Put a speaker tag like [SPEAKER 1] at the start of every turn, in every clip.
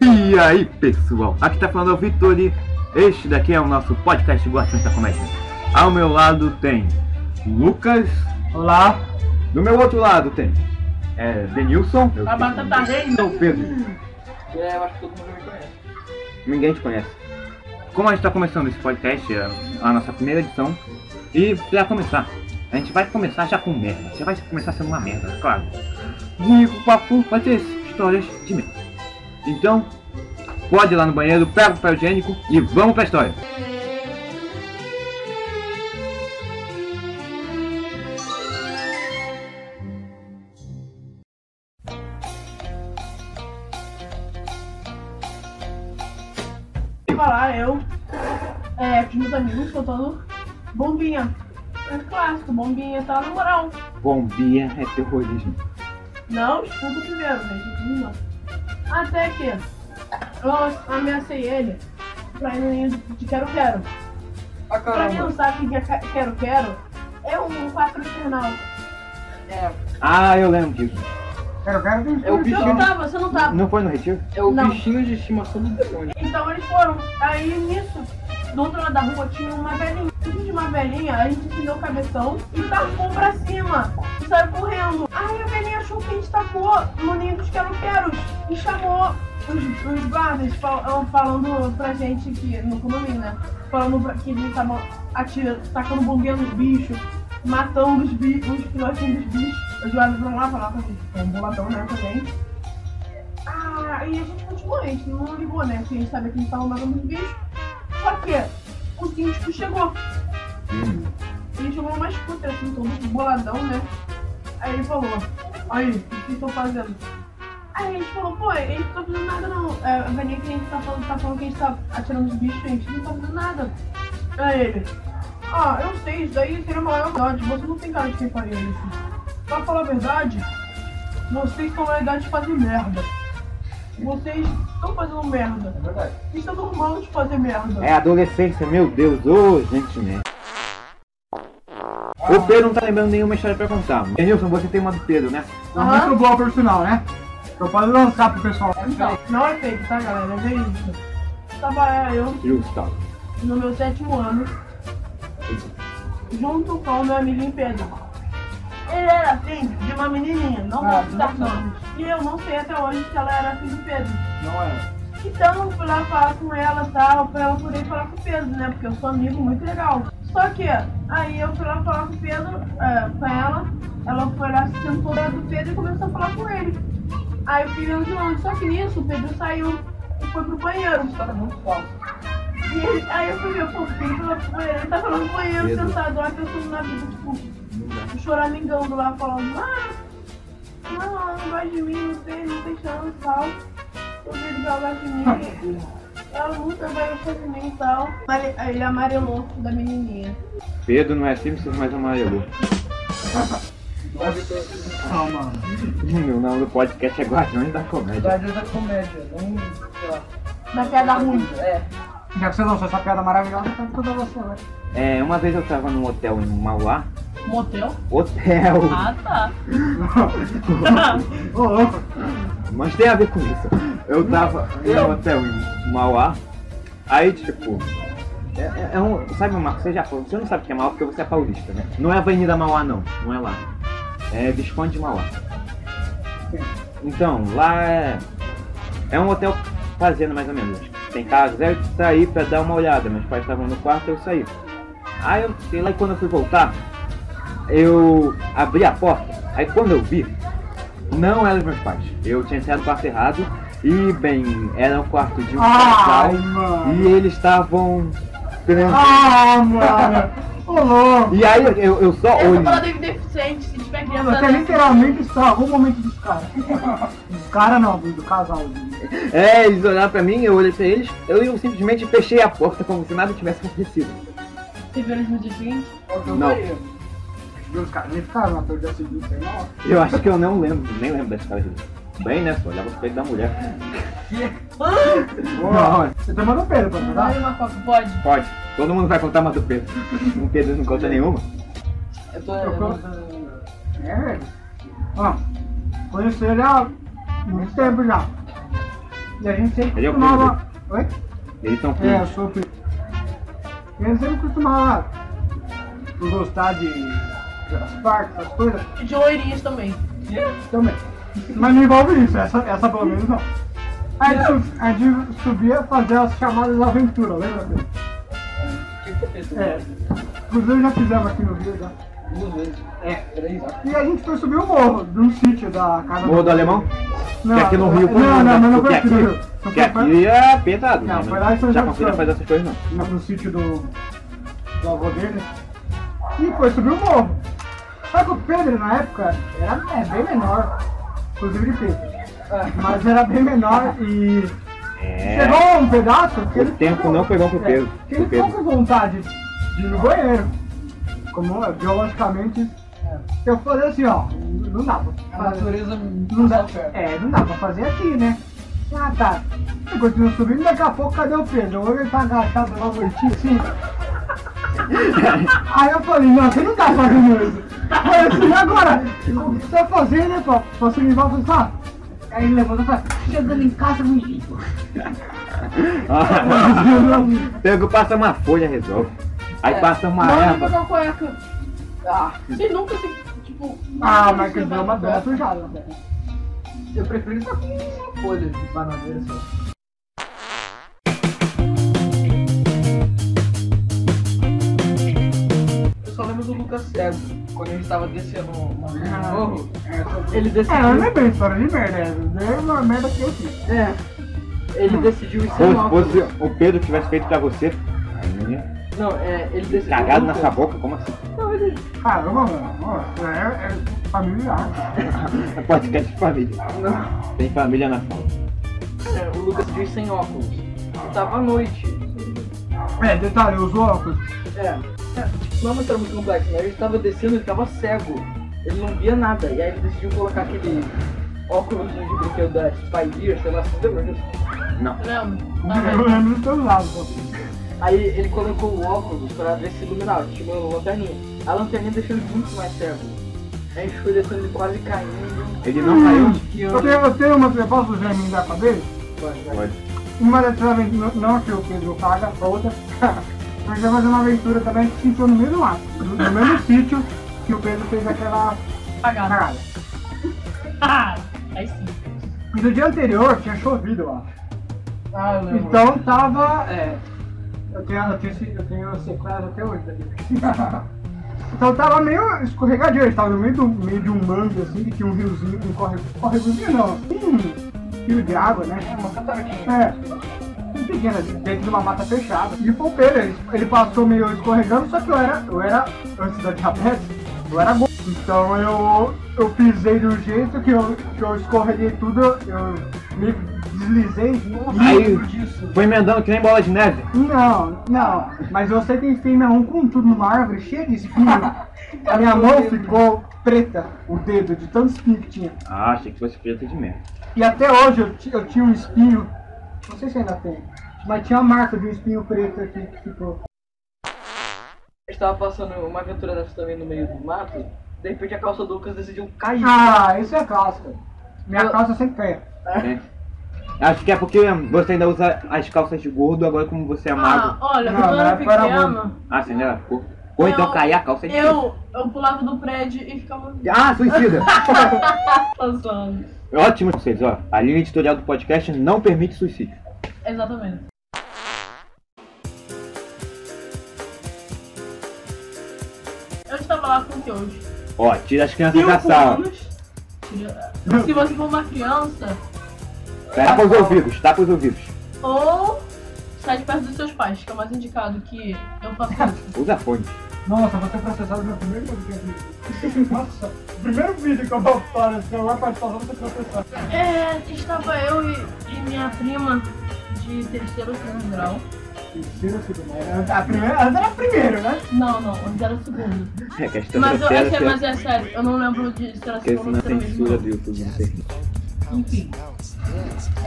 [SPEAKER 1] E aí pessoal, aqui tá falando é o Vitor e este daqui é o nosso podcast Guardiões da Comédia. Ao meu lado tem Lucas,
[SPEAKER 2] Olá.
[SPEAKER 1] do meu outro lado tem é, Denilson,
[SPEAKER 2] A batata tá rei,
[SPEAKER 1] São Pedro.
[SPEAKER 2] É, eu acho que todo mundo me conhece.
[SPEAKER 1] Ninguém te conhece. Como a gente está começando esse podcast, é a nossa primeira edição, e para começar, a gente vai começar já com merda. Já vai começar sendo uma merda, né? claro. E o papo vai ser esse, histórias de merda. Então, pode ir lá no banheiro, pega o papel higiênico e vamos pra história.
[SPEAKER 2] Vou falar, eu é, fiz meus amigos soltando bombinha. É clássico, bombinha tá na moral.
[SPEAKER 1] Bombinha é terrorismo.
[SPEAKER 2] Não, escuta o primeiro, né? gente? Não. Até que eu ameacei ele pra ir na linha de de quero-quero.
[SPEAKER 3] Ah,
[SPEAKER 2] Pra quem
[SPEAKER 3] caramba.
[SPEAKER 2] não sabe o que é ca- quero-quero, é um quatro infernal.
[SPEAKER 3] É,
[SPEAKER 1] Ah, eu lembro disso.
[SPEAKER 4] Quero, quero, tem
[SPEAKER 2] Você
[SPEAKER 3] é o
[SPEAKER 2] não
[SPEAKER 3] bichinho,
[SPEAKER 2] tava, você não tá tava.
[SPEAKER 1] Não foi no retiro?
[SPEAKER 3] é o
[SPEAKER 2] Não.
[SPEAKER 3] bichinho de estimação do demônio.
[SPEAKER 2] Então eles foram. Aí nisso, do outro lado da rua tinha uma velhinha. Dentro de uma velhinha, a gente se deu o cabeção e tacou pra cima. E saiu correndo. Aí a velhinha achou que a gente tacou no ninho dos quero-queros e chamou os, os guardas fal- ah, falando pra gente que. no condomínio, né? Falando pra, que eles estavam atirando, tacando bombinha nos bichos. Matando os bichos, os filhotinhos dos bichos. Os guardas vão lá falar com a gente. É um boladão, né? Também. Ah, e a gente continuou, a gente não ligou, né? Porque a gente sabia que a gente tava matando os bichos. Só que o síndico chegou. Ele chegou numa escuta, assim, todo boladão, né? Aí ele falou, aí, o que vocês estão fazendo? Aí a gente falou, pô, a gente não tá fazendo nada não. É, a velhinha que a gente tá falando, tá falando que a gente tá atirando os bichos, a gente não tá fazendo nada. Aí ele, ah, eu sei, isso daí seria uma maior verdade, você não tem cara de quem faria isso. Pra falar a verdade, vocês estão na idade de fazer merda. Vocês estão fazendo merda.
[SPEAKER 4] É verdade.
[SPEAKER 2] Vocês estão normal de fazer merda.
[SPEAKER 1] É adolescência, meu Deus, ô gente né? merda. O Pedro não tá lembrando nenhuma história pra contar. Denilson, você tem uma do Pedro, né?
[SPEAKER 4] Não
[SPEAKER 2] Aham.
[SPEAKER 4] muito bom pro final, né? Eu posso lançar pro pessoal.
[SPEAKER 2] Então, não é fake, tá galera? Vê isso. Tava eu
[SPEAKER 1] Justo.
[SPEAKER 2] no meu sétimo ano, junto com o meu amiguinho Pedro. Ele era filho de uma menininha, não
[SPEAKER 4] Ah,
[SPEAKER 2] vou citar
[SPEAKER 4] não.
[SPEAKER 2] nomes. E eu não sei até hoje se ela era filho do Pedro.
[SPEAKER 4] Não é.
[SPEAKER 2] Então eu fui lá falar com ela e tal, pra ela poder falar com o Pedro, né? Porque eu sou amigo muito legal. Só que aí eu fui lá falar com o Pedro, é, com ela, ela foi lá se sentou do lado do Pedro e começou a falar com ele. Aí eu fiquei vendo de longe, só que nisso o Pedro saiu e foi pro banheiro.
[SPEAKER 3] História muito falsa.
[SPEAKER 2] E ele- aí eu fui ver, pô, o Pedro lá pro banheiro, ele tá falando no banheiro,
[SPEAKER 1] Pedro.
[SPEAKER 2] sentado lá, pensando na vida, tipo, choramingando lá, falando, ah, não, ela não gosta de mim, não sei, não tem chance e tal. Eu vi ele falar de mim. Ela nunca vai gostar de mim e tal. Amare- Aí ele é amarelou da menininha.
[SPEAKER 1] Pedro não é Simpsons, mas amarelo.
[SPEAKER 4] Não, mano.
[SPEAKER 1] O nome do podcast é Guardiões da Comédia.
[SPEAKER 3] História da comédia, não. sei lá.
[SPEAKER 2] Na piada ruim.
[SPEAKER 3] É.
[SPEAKER 4] Já que você lançou essa piada maravilhosa, tá toda você, né?
[SPEAKER 1] É, uma vez eu tava num hotel em Mauá.
[SPEAKER 2] Motel?
[SPEAKER 1] Hotel!
[SPEAKER 3] Ah,
[SPEAKER 2] tá.
[SPEAKER 4] Ô, louco.
[SPEAKER 1] Mas tem a ver com isso. Eu tava num hotel em Mauá. Aí, tipo. É, é- é um, sabe, Marco, você já falou. Você não sabe o que é Mauá porque você é paulista, né? Não é Avenida Mauá, não. Não é lá. É Visconde de Mauá. Então, lá é. É um hotel fazenda, mais ou menos. Tem casa, eu saí pra dar uma olhada. Meus pais estavam no quarto, eu saí. Aí eu sei lá e quando eu fui voltar, eu abri a porta. Aí quando eu vi, não eram meus pais. Eu tinha entrado no quarto errado. E bem, era o quarto de um
[SPEAKER 4] Ai,
[SPEAKER 1] casal.
[SPEAKER 4] mano.
[SPEAKER 1] E eles estavam.
[SPEAKER 4] Ah, mano. Ô, louco.
[SPEAKER 1] E aí eu, eu só
[SPEAKER 2] Essa
[SPEAKER 1] olhei.
[SPEAKER 2] parada é deficiente, se tiver criança. né?
[SPEAKER 4] Você literalmente estragou o momento dos caras. Dos caras não, do do casal.
[SPEAKER 1] É, eles olharam pra mim, eu olhei pra eles, eu, eu simplesmente fechei a porta como se nada tivesse acontecido.
[SPEAKER 2] Você viu eles no dia seguinte?
[SPEAKER 3] Eu
[SPEAKER 1] Não.
[SPEAKER 3] faria.
[SPEAKER 4] Os caras nem ficaram na torre da seguinte, não.
[SPEAKER 1] Eu acho que eu não lembro, nem lembro dessa história. Bem, né? Só olhava o peito da mulher. Não,
[SPEAKER 4] Você tá mandando pelo pra
[SPEAKER 2] Vai
[SPEAKER 4] mudar?
[SPEAKER 2] uma copa, pode?
[SPEAKER 1] pode. Todo mundo vai contar mais do Pedro. O Pedro não conta nenhuma.
[SPEAKER 3] Eu tô.
[SPEAKER 4] Eu tô-
[SPEAKER 3] eu tô-
[SPEAKER 4] É, velho. Ó, conheço ele há muito tempo já. E a gente sempre
[SPEAKER 1] Ele é o
[SPEAKER 4] costumava. Oi?
[SPEAKER 1] Eles são
[SPEAKER 4] É, eu
[SPEAKER 1] cúmplices.
[SPEAKER 4] sou o primo. E a gente sempre costumava não gostar de. das partes, essas coisas.
[SPEAKER 2] De loirinhas também.
[SPEAKER 4] Também. Então, Mas não envolve isso, essa, essa pelo menos não. A gente, su- a gente subia fazer as chamadas aventuras, lembra? Pedro?
[SPEAKER 3] Tinha que ter feito
[SPEAKER 4] É.
[SPEAKER 3] duas vezes.
[SPEAKER 4] Inclusive já fizemos aqui no Rio já.
[SPEAKER 3] Duas vezes.
[SPEAKER 4] É.
[SPEAKER 3] Três, acho.
[SPEAKER 4] E a gente foi subir o morro de um sítio da casa.
[SPEAKER 1] Morro do Alemão?
[SPEAKER 4] Não,
[SPEAKER 1] que aqui no Rio
[SPEAKER 4] não, não, não, não, foi aqui no Rio. Não
[SPEAKER 1] Porque
[SPEAKER 4] foi,
[SPEAKER 1] aqui
[SPEAKER 4] foi,
[SPEAKER 1] é pesado.
[SPEAKER 4] Não,
[SPEAKER 1] né?
[SPEAKER 4] foi lá em São
[SPEAKER 1] Já
[SPEAKER 4] João
[SPEAKER 1] confia
[SPEAKER 4] do Sul.
[SPEAKER 1] fazer essas coisas não.
[SPEAKER 4] no, no sítio do, do avô dele. E foi subir o morro. Só que o Pedro na época era é, bem menor. Inclusive de Pedro.
[SPEAKER 3] Ah,
[SPEAKER 4] Mas era bem menor e
[SPEAKER 1] É.
[SPEAKER 4] chegou um pedaço que
[SPEAKER 1] O
[SPEAKER 4] ele
[SPEAKER 1] tempo
[SPEAKER 4] ficou-
[SPEAKER 1] não foi bom pro
[SPEAKER 4] é,
[SPEAKER 1] Pedro,
[SPEAKER 4] que ele
[SPEAKER 1] pro Pedro.
[SPEAKER 4] ficou com vontade de ir no banheiro. Como é, biologicamente, é. eu falei assim, ó, não dá
[SPEAKER 3] A
[SPEAKER 4] pra fazer.
[SPEAKER 3] natureza
[SPEAKER 4] Não dá,
[SPEAKER 3] oferta.
[SPEAKER 4] é, não dá pra fazer aqui, né? Ah tá. Eu continuo subindo, daqui a pouco cadê o Pedro? Ou ele tá agachado lá bonitinho assim. Aí eu falei, não, você não tá fazendo isso. Eu Falei assim, e agora? O que você vai fazer, né, pô? Posso me envolver? Ah, aí ele levantou e falou, tá chegando em casa, me ligo.
[SPEAKER 1] Pego, passa uma folha, resolve. Aí
[SPEAKER 3] É.
[SPEAKER 1] passa
[SPEAKER 4] Ah,
[SPEAKER 1] uma
[SPEAKER 2] Manda
[SPEAKER 1] erva.
[SPEAKER 2] pra cueca.
[SPEAKER 3] Ah,
[SPEAKER 2] Vocês é nunca se. Tipo.
[SPEAKER 4] Ah,
[SPEAKER 2] nunca
[SPEAKER 4] mas
[SPEAKER 2] se
[SPEAKER 4] que deu uma
[SPEAKER 2] levantam.
[SPEAKER 4] bela sujada. né?
[SPEAKER 3] eu prefiro só com folhas de bananeira. só. Eu só lembro do Lucas Cego, quando a gente tava descendo uma vez no
[SPEAKER 4] Ah.
[SPEAKER 3] morro. Ele
[SPEAKER 4] É, eu
[SPEAKER 3] decidiu.
[SPEAKER 4] lembrei de história de merda. É é uma merda que eu fiz.
[SPEAKER 3] É. Ele decidiu isso
[SPEAKER 1] Ou se fosse o Pedro tivesse feito pra você. Aí não ia.
[SPEAKER 3] Não, é, ele decidiu.
[SPEAKER 1] Cagado na
[SPEAKER 3] Lucas.
[SPEAKER 1] sua boca, como assim?
[SPEAKER 3] Não, ele.
[SPEAKER 4] Caramba, mano. Nossa, é, é familiar.
[SPEAKER 1] Pode ficar de família.
[SPEAKER 3] Não.
[SPEAKER 1] Tem família na sala.
[SPEAKER 3] É, o Lucas disse sem óculos. E tava à noite.
[SPEAKER 4] É, detalhe, eu uso óculos.
[SPEAKER 3] É. é, Não é uma história muito complexa, né? Ele tava descendo, ele tava cego. Ele não via nada. E aí ele decidiu colocar aquele óculos de brinquedo da Spy Gear, sei lá, se lembra disso?
[SPEAKER 1] Não.
[SPEAKER 2] Lembro. Tá
[SPEAKER 4] Eu
[SPEAKER 2] vendo?
[SPEAKER 4] lembro do teu lado, pô.
[SPEAKER 3] Aí ele colocou o óculos pra ver se iluminava, tipo uma lanterninha. A lanterninha deixou ele muito mais cego. Aí ele foi descendo e quase caindo.
[SPEAKER 1] Ele não caiu.
[SPEAKER 3] Que
[SPEAKER 4] Eu
[SPEAKER 3] ano?
[SPEAKER 4] tenho, eu tenho uma. Eu posso já emendar com a dele?
[SPEAKER 1] Pode.
[SPEAKER 4] Uma dessas aventuras, não a que o Pedro paga, a outra. A gente vai fazer uma aventura também que se entrou no meio do mato. No no mesmo sítio que o Pedro fez aquela
[SPEAKER 2] Cagada.
[SPEAKER 4] cagada.
[SPEAKER 2] Ah, aí sim.
[SPEAKER 4] E no dia anterior tinha chovido, eu acho.
[SPEAKER 3] Ah, eu lembro.
[SPEAKER 4] Então tava. É, eu tenho, eu tenho, esse- eu tenho sequelas até hoje tá daqui. então tava meio escorregadio, a gente tava no meio, do, meio de um mangue assim, que tinha um riozinho, um corre, corregozinho não, um rio de água, né?
[SPEAKER 3] É uma catarquinha.
[SPEAKER 4] É. Um pequeno ali, dentro de uma mata fechada. E foi o Pedro, ele, ele passou meio escorregando, só que eu era, eu era, antes da diabetes, eu era gordo. Então eu, eu pisei de um jeito que eu, que eu escorreguei tudo, eu me deslizei.
[SPEAKER 3] Nossa,
[SPEAKER 1] Aí-
[SPEAKER 3] eu lembro disso.
[SPEAKER 1] Foi emendando que nem bola de neve.
[SPEAKER 4] Não, não, mas eu sei que enfim minha mão um com tudo numa árvore cheia de espinho. A minha mão ficou preta, o dedo, de tanto espinho que tinha.
[SPEAKER 1] Ah, achei que fosse preto de merda.
[SPEAKER 4] E até hoje eu, ti- eu tinha um espinho, não sei se ainda tem, mas tinha a marca de um espinho preto aqui que ficou.
[SPEAKER 3] A gente tava passando uma aventura dessa também no meio do mato. De repente a calça do Lucas decidiu cair.
[SPEAKER 4] Ah, isso é clássico. Minha
[SPEAKER 3] Eu-
[SPEAKER 4] calça sempre cai.
[SPEAKER 1] né? Acho que é porque você ainda usa as calças de gordo, agora como você é magro.
[SPEAKER 2] Ah, olha,
[SPEAKER 4] Não,
[SPEAKER 2] quando eu
[SPEAKER 4] na
[SPEAKER 2] era
[SPEAKER 4] época era
[SPEAKER 2] pequena,
[SPEAKER 1] Ah, você ainda ficou. Ou então
[SPEAKER 2] Eu-
[SPEAKER 1] cair a calça de gordo.
[SPEAKER 2] eu, eu pulava do prédio e ficava
[SPEAKER 1] Ah, suicida!
[SPEAKER 2] passando.
[SPEAKER 1] Ótimo vocês, ó. A linha editorial do podcast não permite suicídio.
[SPEAKER 2] Exatamente. Eu estava lá com que hoje?
[SPEAKER 1] Ó, tira as crianças da
[SPEAKER 2] Cinco
[SPEAKER 1] sala.
[SPEAKER 2] anos. Tira- Se você for uma criança,
[SPEAKER 1] Tapa os ouvidos, tapa os ouvidos.
[SPEAKER 2] ou sai de perto dos seus pais, que é o mais indicado que eu faço isso.
[SPEAKER 1] Usa fone.
[SPEAKER 4] Nossa, você é processado no meu primeiro podcast. Nossa, o primeiro vídeo que eu vou falar, se eu participação, você processado.
[SPEAKER 2] É, estava eu e, e minha prima de terceiro segundo grau.
[SPEAKER 4] Terceiro, segundo. Era- tipo, né? A primeira, antes era a primeira, né?
[SPEAKER 2] Não, não, antes era segundo.
[SPEAKER 1] É questão
[SPEAKER 2] Mas, eu, é,
[SPEAKER 1] séria.
[SPEAKER 2] que- mas é sério, eu não lembro de se era
[SPEAKER 1] Porque senão
[SPEAKER 2] segundo ou
[SPEAKER 1] na
[SPEAKER 2] se era mesmo.
[SPEAKER 1] censura do YouTube, não sei.
[SPEAKER 2] Enfim.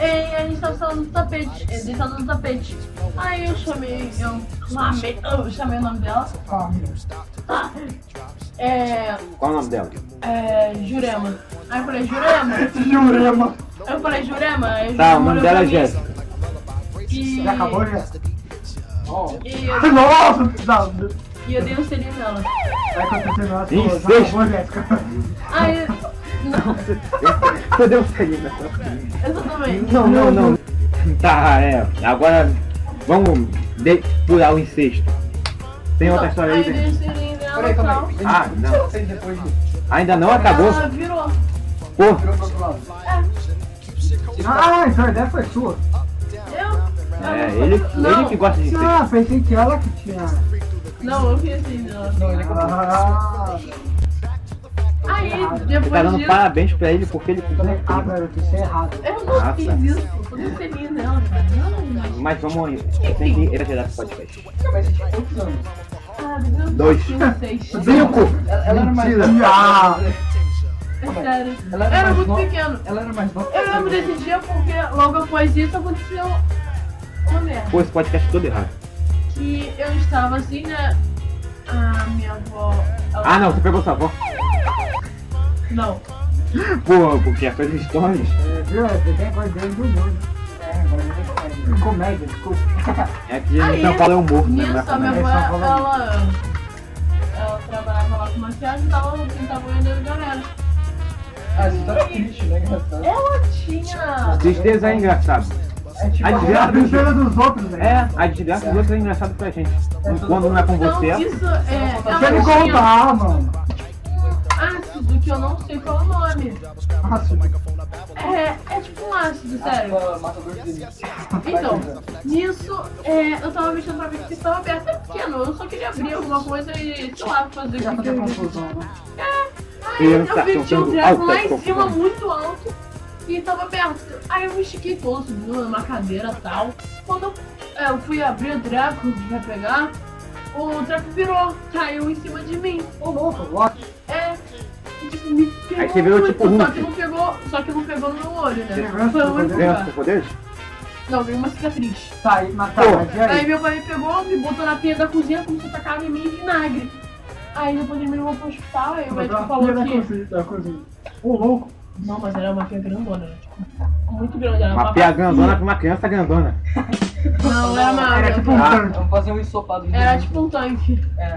[SPEAKER 2] E a gente tava falando do tapete. Eles estavam no tapete. Aí eu chamei, eu clamei, eu chamei o nome dela.
[SPEAKER 4] Ah,
[SPEAKER 2] É.
[SPEAKER 1] Qual o nome dela?
[SPEAKER 2] É. Jurema. Aí eu falei, Jurema,
[SPEAKER 4] Jurema.
[SPEAKER 2] Eu falei, Jurema. Jurema
[SPEAKER 1] Tá, o nome
[SPEAKER 2] olhou
[SPEAKER 1] dela
[SPEAKER 2] pra
[SPEAKER 1] é
[SPEAKER 2] mim
[SPEAKER 1] Jéssica.
[SPEAKER 2] E...
[SPEAKER 4] Já acabou,
[SPEAKER 3] né?"
[SPEAKER 4] já?
[SPEAKER 3] Ó,
[SPEAKER 2] E eu,
[SPEAKER 4] Nossa, não.
[SPEAKER 2] e eu dei um selinho nela.
[SPEAKER 4] Vai acontecer, nossa.
[SPEAKER 1] Isso,
[SPEAKER 4] Já
[SPEAKER 1] deixa.
[SPEAKER 4] acabou, Jéssica.
[SPEAKER 2] Aí, não,
[SPEAKER 1] Eu dei um selinho na
[SPEAKER 2] exatamente.
[SPEAKER 1] Não, não, não. Tá, é. Agora vamos de- pular o incesto. Tem outra história aí?
[SPEAKER 2] Aí eu dei
[SPEAKER 1] Dani?
[SPEAKER 2] um selinho nela
[SPEAKER 3] peraí,
[SPEAKER 2] e
[SPEAKER 3] calma
[SPEAKER 2] tal.
[SPEAKER 3] aí.
[SPEAKER 1] Ah, não.
[SPEAKER 3] Vocês depois
[SPEAKER 1] Ainda não acabou.
[SPEAKER 2] Ela virou. É,
[SPEAKER 1] Pô,
[SPEAKER 3] virou pro outro lado.
[SPEAKER 4] Ah, então a ideia foi sua.
[SPEAKER 2] Eu? eu
[SPEAKER 1] é,
[SPEAKER 2] não-
[SPEAKER 1] ele,
[SPEAKER 2] não,
[SPEAKER 1] ele que gosta de incesto.
[SPEAKER 4] Ah, pensei que ela que tinha.
[SPEAKER 2] Não, eu fiz assim nela.
[SPEAKER 3] Não, ele acabou.
[SPEAKER 4] Ah,
[SPEAKER 2] Aí,
[SPEAKER 1] Você tá
[SPEAKER 2] depois
[SPEAKER 1] dando
[SPEAKER 2] disso,
[SPEAKER 1] parabéns pra ele porque ele fez um
[SPEAKER 4] ah,
[SPEAKER 1] crime.
[SPEAKER 4] garoto, isso é errado.
[SPEAKER 2] eu não fiz
[SPEAKER 1] Nossa.
[SPEAKER 2] isso. Eu dei um selinho nela. Não, não.
[SPEAKER 1] Mas vamos aí. Tem que exagerar esse podcast.
[SPEAKER 3] Mas você tinha quantos anos?
[SPEAKER 2] Ah, eu
[SPEAKER 1] Dois.
[SPEAKER 2] tinha seis.
[SPEAKER 1] Cinco!
[SPEAKER 3] Ela, ela era mais
[SPEAKER 1] Mentira.
[SPEAKER 4] Ah.
[SPEAKER 2] É sério.
[SPEAKER 3] Ela
[SPEAKER 2] Eu
[SPEAKER 3] era
[SPEAKER 2] era
[SPEAKER 3] mais
[SPEAKER 2] muito
[SPEAKER 3] nova.
[SPEAKER 2] pequeno.
[SPEAKER 3] Ela era mais nova.
[SPEAKER 2] Eu lembro desse dia porque logo após isso aconteceu uma merda.
[SPEAKER 1] Pô, esse podcast é todo errado.
[SPEAKER 2] Que eu estava assim, né? A minha avó. ela-
[SPEAKER 1] Ah, não, você pegou sua avó.
[SPEAKER 2] Não.
[SPEAKER 1] Pô, porque é as suas histórias.
[SPEAKER 4] Viu? Você tem coisa dentro do mundo.
[SPEAKER 3] É, agora eu vou falar.
[SPEAKER 4] Comédia, desculpa.
[SPEAKER 1] É que em
[SPEAKER 2] Aí,
[SPEAKER 1] São Paulo é um morro, né? Não é
[SPEAKER 2] Nisso, a minha
[SPEAKER 1] comédia.
[SPEAKER 2] avó,
[SPEAKER 4] Só falando.
[SPEAKER 2] ela. Ela trabalhava lá com maquiagem e tava pintava o olho da galera.
[SPEAKER 3] Ah, essa história é triste, né? Engraçado.
[SPEAKER 2] Ela tinha.
[SPEAKER 1] Tristeza é engraçado.
[SPEAKER 3] É tipo,
[SPEAKER 1] A
[SPEAKER 3] ela-
[SPEAKER 1] desgraça
[SPEAKER 4] A brincadeira dos outros, né? velho.
[SPEAKER 1] É, a desgraça dos outros é engraçado pra gente. E quando não é com
[SPEAKER 2] Então,
[SPEAKER 1] você,
[SPEAKER 2] isso é.
[SPEAKER 4] Deixa ele
[SPEAKER 2] Ela tinha
[SPEAKER 4] contar, Ah, mano.
[SPEAKER 2] ácido, que eu não sei qual é o nome.
[SPEAKER 4] Nossa,
[SPEAKER 2] É, é tipo um ácido, sério.
[SPEAKER 3] Ela matador de delícias.
[SPEAKER 2] Então, nisso, é, eu tava mexendo pra ver que estava aberta, era pequeno, eu só queria abrir alguma coisa e, sei lá, fazer
[SPEAKER 4] já
[SPEAKER 2] o que
[SPEAKER 4] fazer
[SPEAKER 2] eu
[SPEAKER 4] confusão, né?
[SPEAKER 2] Aí eu
[SPEAKER 1] Criança
[SPEAKER 2] vi que tinha um
[SPEAKER 1] soltando
[SPEAKER 2] treco lá
[SPEAKER 1] altas
[SPEAKER 2] em cima,
[SPEAKER 1] confusões.
[SPEAKER 2] muito alto, e tava aberto. Aí eu me estiquei todo, subindo numa cadeira e tal. Quando eu, é, eu fui abrir o treco pra pegar, o treco virou, caiu em cima de mim.
[SPEAKER 4] Ô, louco, louco.
[SPEAKER 2] É, e, tipo, me pegou
[SPEAKER 1] Aí você virou,
[SPEAKER 2] muito,
[SPEAKER 1] tipo,
[SPEAKER 2] só
[SPEAKER 1] Hulk.
[SPEAKER 2] que não pegou, só que não pegou no meu olho, né?
[SPEAKER 4] Criança,
[SPEAKER 2] Foi o único
[SPEAKER 1] criança
[SPEAKER 2] lugar.
[SPEAKER 1] é com poderes?
[SPEAKER 2] é. Não, veio uma cicatriz.
[SPEAKER 4] Tá, e- mas tá,
[SPEAKER 1] Pô.
[SPEAKER 4] mas e aí?
[SPEAKER 2] Aí meu pai me pegou, me botou na pia da cozinha, começou a tacar em mim vinagre. Aí depois ele me levou pro hospital, aí o médico falou
[SPEAKER 4] é da
[SPEAKER 2] que.
[SPEAKER 4] cozinha, da cozinha. Ô, louco.
[SPEAKER 2] Não, mas era uma pia grandona, né? Tipo, muito grande. Era
[SPEAKER 1] Uma pia
[SPEAKER 2] pia
[SPEAKER 1] grandona pra uma criança grandona.
[SPEAKER 2] Não, era uma.
[SPEAKER 4] Era
[SPEAKER 2] Era
[SPEAKER 4] tipo
[SPEAKER 2] tipo,
[SPEAKER 4] um
[SPEAKER 1] Ah.
[SPEAKER 4] tanque.
[SPEAKER 3] Vamos fazer um ensopado de delícia.
[SPEAKER 2] um tanque.
[SPEAKER 3] É.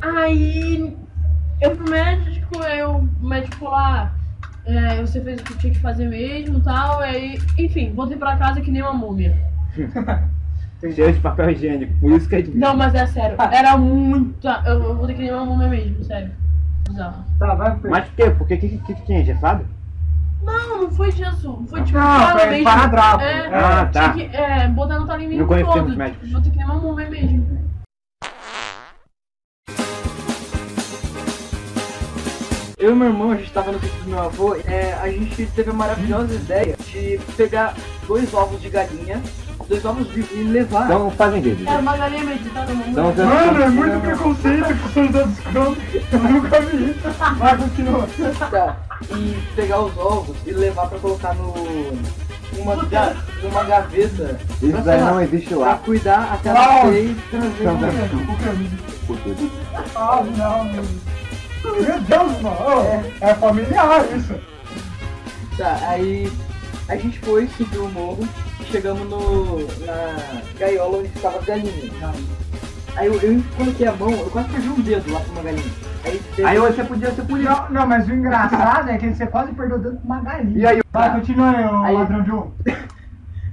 [SPEAKER 2] Aí eu fui pro médico, aí o médico falou: ah, é, você fez o que tinha que fazer mesmo e tal. Aí, enfim, voltei pra casa que nem uma múmia.
[SPEAKER 1] Cheio de papel higiênico. Por isso que é de
[SPEAKER 2] Não, mas é sério,
[SPEAKER 4] Ah.
[SPEAKER 2] era muita. Eu, eu voltei que nem uma múmia mesmo, sério. Bizarro.
[SPEAKER 4] Tá, vai, Fê.
[SPEAKER 1] Mas por quê? Porque o que, que, que tinha engessado?
[SPEAKER 2] Não, não foi disso. Foi tipo,
[SPEAKER 4] Não,
[SPEAKER 2] cara
[SPEAKER 4] foi
[SPEAKER 2] mesmo.
[SPEAKER 4] esparadrapo.
[SPEAKER 2] É,
[SPEAKER 1] Ah, tá.
[SPEAKER 2] tinha que, é, botar no talinho
[SPEAKER 1] Não
[SPEAKER 2] mesmo
[SPEAKER 1] conhecemos
[SPEAKER 2] todo.
[SPEAKER 1] médicos.
[SPEAKER 2] Vou ter que nem uma múmia mesmo.
[SPEAKER 3] Eu e meu irmão, a gente tava no sítio do meu avô, é, a gente teve a maravilhosa ideia de pegar dois ovos de galinha, dois ovos vivos e levar.
[SPEAKER 1] Então fazem vídeo.
[SPEAKER 2] Era uma galinha meditada no mundo.
[SPEAKER 1] Então, você-
[SPEAKER 4] Mano, é muito preconceito com os soldados campos. Eu nunca vi isso. Vai, continua.
[SPEAKER 3] Tá. E pegar os ovos e levar pra colocar no. numa, ga- numa gaveta. pra,
[SPEAKER 1] Isso
[SPEAKER 3] sei
[SPEAKER 1] daí
[SPEAKER 3] lá,
[SPEAKER 1] não existe
[SPEAKER 3] pra
[SPEAKER 1] lá.
[SPEAKER 3] cuidar até
[SPEAKER 4] Não.
[SPEAKER 3] ela sair e trazer.
[SPEAKER 1] Não, não.
[SPEAKER 4] Ah,
[SPEAKER 1] por tudo.
[SPEAKER 4] não, meu Meu Deus, mano. Ô, É familiar isso.
[SPEAKER 3] Tá, aí a gente foi, subiu o morro e chegamos no. na gaiola onde ficava as galinhas. Aí eu, eu coloquei a mão, eu quase perdi um dedo lá pra uma galinha. Aí, teve-
[SPEAKER 1] Aí você podia ser polícia.
[SPEAKER 4] Não, não, mas o engraçado é que você quase perdeu o dedo pra uma galinha.
[SPEAKER 1] E aí?
[SPEAKER 4] Vai, continua aí, ô
[SPEAKER 3] Aí-
[SPEAKER 4] ladrão de um.
[SPEAKER 3] Aí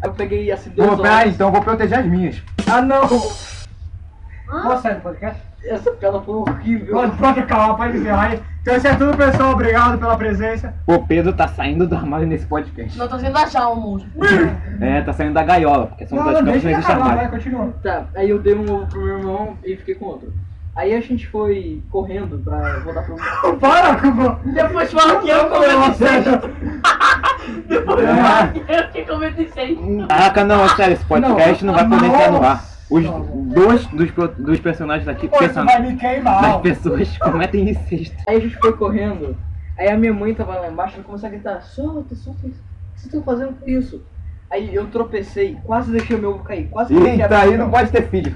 [SPEAKER 3] eu peguei assim, dois
[SPEAKER 1] Pô,
[SPEAKER 3] ovos.
[SPEAKER 1] peraí, então eu vou proteger as minhas.
[SPEAKER 3] Ah não!
[SPEAKER 4] Pô, sério, podcast?
[SPEAKER 3] Essa piada foi horrível.
[SPEAKER 4] Pode, pode calma, pode encerrar aí. Então isso é tudo, pessoal. Obrigado pela presença.
[SPEAKER 1] O Pedro tá saindo do armário nesse podcast.
[SPEAKER 2] Não tô sendo achar um monstro.
[SPEAKER 1] É, tá saindo da gaiola, porque são
[SPEAKER 4] Não,
[SPEAKER 1] dois
[SPEAKER 4] não,
[SPEAKER 1] campos
[SPEAKER 4] deixa
[SPEAKER 1] não
[SPEAKER 4] ele
[SPEAKER 1] existe
[SPEAKER 4] acabar, vai,
[SPEAKER 1] armário.
[SPEAKER 4] continua.
[SPEAKER 3] Tá, aí eu dei um ovo pro meu irmão e fiquei com outro. Aí a gente foi correndo pra voltar pro.
[SPEAKER 4] Para, Cubo!
[SPEAKER 2] Depois fala que eu cometi incêndio. Depois fala
[SPEAKER 1] É.
[SPEAKER 2] que eu que cometi incêndio.
[SPEAKER 1] Caraca, não, é sério, esse podcast não, vai poder entrar no ar. Os dois dos, pro- dos personagens aqui,
[SPEAKER 4] Pô, isso vai
[SPEAKER 1] personagens
[SPEAKER 4] me
[SPEAKER 1] das
[SPEAKER 4] queimar.
[SPEAKER 1] pessoas, cometem incesto.
[SPEAKER 3] Aí a gente foi correndo. Aí a minha mãe tava lá embaixo ela começou a gritar: solta, solta isso. O que vocês estão fazendo com isso? Aí eu tropecei, quase deixei o meu ovo cair, quase coloquei a
[SPEAKER 1] Eita,
[SPEAKER 4] tá
[SPEAKER 1] tá aí
[SPEAKER 3] mão.
[SPEAKER 1] não pode ter filho.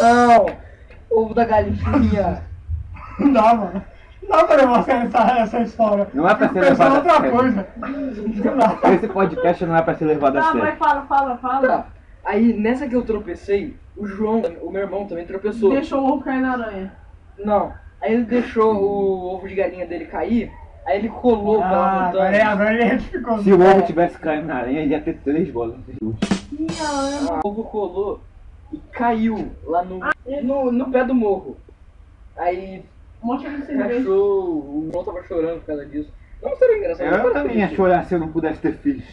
[SPEAKER 3] Não! Ovo da galinha!
[SPEAKER 4] Não dá, mano. Não pra levar a sério essa, essa história.
[SPEAKER 1] Não é pra
[SPEAKER 4] Fico
[SPEAKER 1] ser levado
[SPEAKER 4] pensando
[SPEAKER 1] a
[SPEAKER 4] outra
[SPEAKER 1] sério.
[SPEAKER 4] coisa. Sei lá.
[SPEAKER 1] Esse podcast não é pra ser levado a
[SPEAKER 2] Tá, vai,
[SPEAKER 1] sério.
[SPEAKER 2] fala, fala, fala.
[SPEAKER 3] Tá. Aí nessa que eu tropecei, o João, o meu irmão, também tropeçou.
[SPEAKER 2] Deixou o ovo cair na aranha.
[SPEAKER 3] Não. Aí ele deixou o ovo de galinha dele cair, aí ele colou pela
[SPEAKER 4] Ah, agora, ele-
[SPEAKER 3] montanha.
[SPEAKER 4] agora ele retificou.
[SPEAKER 1] Se o ovo tivesse caído na aranha, ele ia ter três bolas.
[SPEAKER 2] Ih, a aranha.
[SPEAKER 3] Ah, O ovo colou e caiu lá no, no, no pé do morro. Aí
[SPEAKER 2] Um monte de cerveja.
[SPEAKER 3] achou, o João tava chorando por causa disso. Não seria engraçado.
[SPEAKER 1] Eu
[SPEAKER 3] mas
[SPEAKER 1] também ia
[SPEAKER 3] triste.
[SPEAKER 1] chorar se eu não pudesse ter filhos.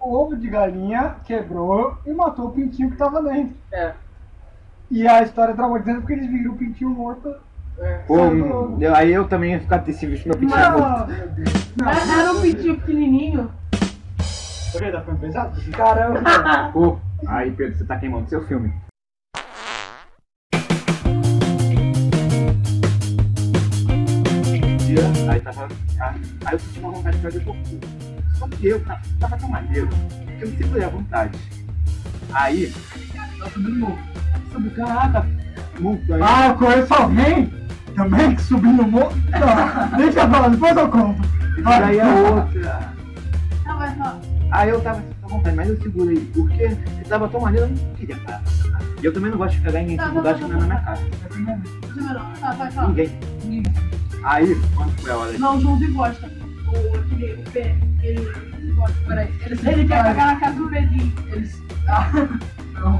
[SPEAKER 4] O ovo de galinha quebrou e matou o pintinho que tava dentro.
[SPEAKER 3] É,
[SPEAKER 4] E a história dramatizando porque eles viram o pintinho morto.
[SPEAKER 3] é.
[SPEAKER 1] Pô, eu- aí eu também ia ficar desse bicho meu pintinho morto.
[SPEAKER 4] Não,
[SPEAKER 2] Era era um pitinho pequenininho.
[SPEAKER 4] tá ficando pesado?
[SPEAKER 3] Caramba.
[SPEAKER 1] Pô, aí Pedro, você tá queimando seu filme. E Aí tá tava. "Ah, Aí eu senti uma vontade de fazer pouquinho. Só que eu tava- tava tão maneiro que eu me segurei à vontade. Aí, eu subi no morro. Subi, caraca, muito aí.
[SPEAKER 4] Ah, eu conheço alguém também que subiu no morro. Não, deixa eu falar, depois eu conto. Ah,
[SPEAKER 1] e aí é um a outra.
[SPEAKER 2] Tá, vai, fala.
[SPEAKER 1] Aí eu tava com vontade, mas eu segurei, porque eu tava tão maneiro, eu não queria parar. E eu também não gosto de cagar em dificuldade que não é na minha casa.
[SPEAKER 2] Primeiro, tá, vai, fala.
[SPEAKER 1] Ninguém. Aí, quando foi a hora de
[SPEAKER 2] Não, o Joãozinho gosta. O aquele o pé, ele gosta, peraí. Ele, ele quer cagar na casa do Ah, Medinho. Eles.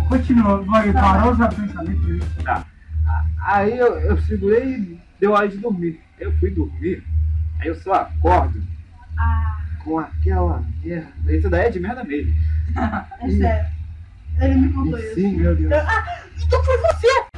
[SPEAKER 4] Continua, vai, parou já o pensamento.
[SPEAKER 1] Tá. Aí eu, eu segurei e deu hora de dormir. Eu fui dormir, aí eu só acordo com aquela merda. Isso daí é de merda mesmo.
[SPEAKER 2] É sério. Ele me
[SPEAKER 1] E
[SPEAKER 2] contou isso.
[SPEAKER 1] sim, meu Deus.
[SPEAKER 2] Então foi você!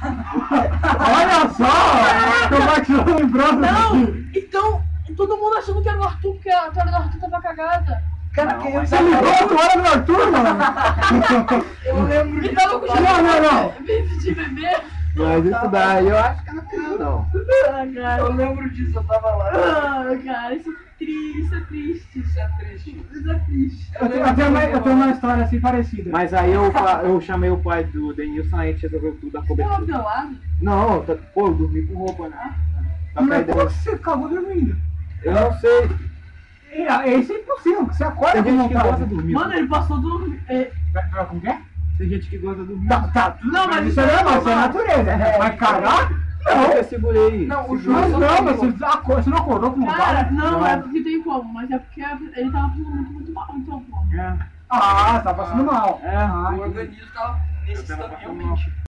[SPEAKER 4] Olha só! Eu bati lembrando.
[SPEAKER 2] Não! Então, todo mundo achando que era o Arthur, porque a cara do Arthur tava cagada.
[SPEAKER 3] Cara, que
[SPEAKER 1] Não, mas-
[SPEAKER 4] Você ligou a hora do Arthur, mano?
[SPEAKER 3] eu lembro
[SPEAKER 2] Me
[SPEAKER 3] disso.
[SPEAKER 2] tava com
[SPEAKER 3] eu
[SPEAKER 2] o
[SPEAKER 4] Não, não, não.
[SPEAKER 2] bebê de bebê.
[SPEAKER 1] Mas isso daí eu acho que não quero não.
[SPEAKER 2] Ah,
[SPEAKER 3] tava- Eu
[SPEAKER 2] cara.
[SPEAKER 3] lembro disso, eu tava lá.
[SPEAKER 2] Ah, cara, isso é triste, isso é triste.
[SPEAKER 3] Isso é triste.
[SPEAKER 2] Isso é triste.
[SPEAKER 4] Eu tenho- eu tenho uma- eu tenho uma história assim parecida.
[SPEAKER 1] Mas aí eu, fa- eu chamei o pai do Denilson, aí a gente resolveu tudo a
[SPEAKER 2] Tava
[SPEAKER 1] cobertura.
[SPEAKER 2] pelado?
[SPEAKER 1] Não, tá- pô, eu dormi com roupa, né? Só que aí
[SPEAKER 4] Mas como é
[SPEAKER 1] deu-
[SPEAKER 4] que você acabou dormindo?
[SPEAKER 1] Eu não sei.
[SPEAKER 4] É, isso é impossível, que você
[SPEAKER 1] Tem
[SPEAKER 4] acorda com
[SPEAKER 1] gente que
[SPEAKER 4] vontade.
[SPEAKER 1] gosta de dormir.
[SPEAKER 2] Mano, ele passou do. é,
[SPEAKER 4] Vai jogar com quem?
[SPEAKER 1] Tem gente que gosta de dormir.
[SPEAKER 4] Não, tá, tudo
[SPEAKER 2] Não,
[SPEAKER 4] bem,
[SPEAKER 2] mas
[SPEAKER 4] isso é normal, isso é natureza. Mas cagar? Não.
[SPEAKER 1] Eu segurei.
[SPEAKER 3] Não, o João
[SPEAKER 4] Mas
[SPEAKER 3] só
[SPEAKER 4] não,
[SPEAKER 3] caiu.
[SPEAKER 4] mas você, acor- você não acordou com
[SPEAKER 2] Cara,
[SPEAKER 4] vontade?
[SPEAKER 2] não, é porque tem como, mas é porque ele tava passando muito, muito mal, então, pô.
[SPEAKER 1] É,
[SPEAKER 4] Ah, você tá passando mal.
[SPEAKER 1] é.
[SPEAKER 3] O organismo
[SPEAKER 1] Eu
[SPEAKER 3] tava
[SPEAKER 1] tava
[SPEAKER 3] necessitando
[SPEAKER 1] passando
[SPEAKER 3] realmente.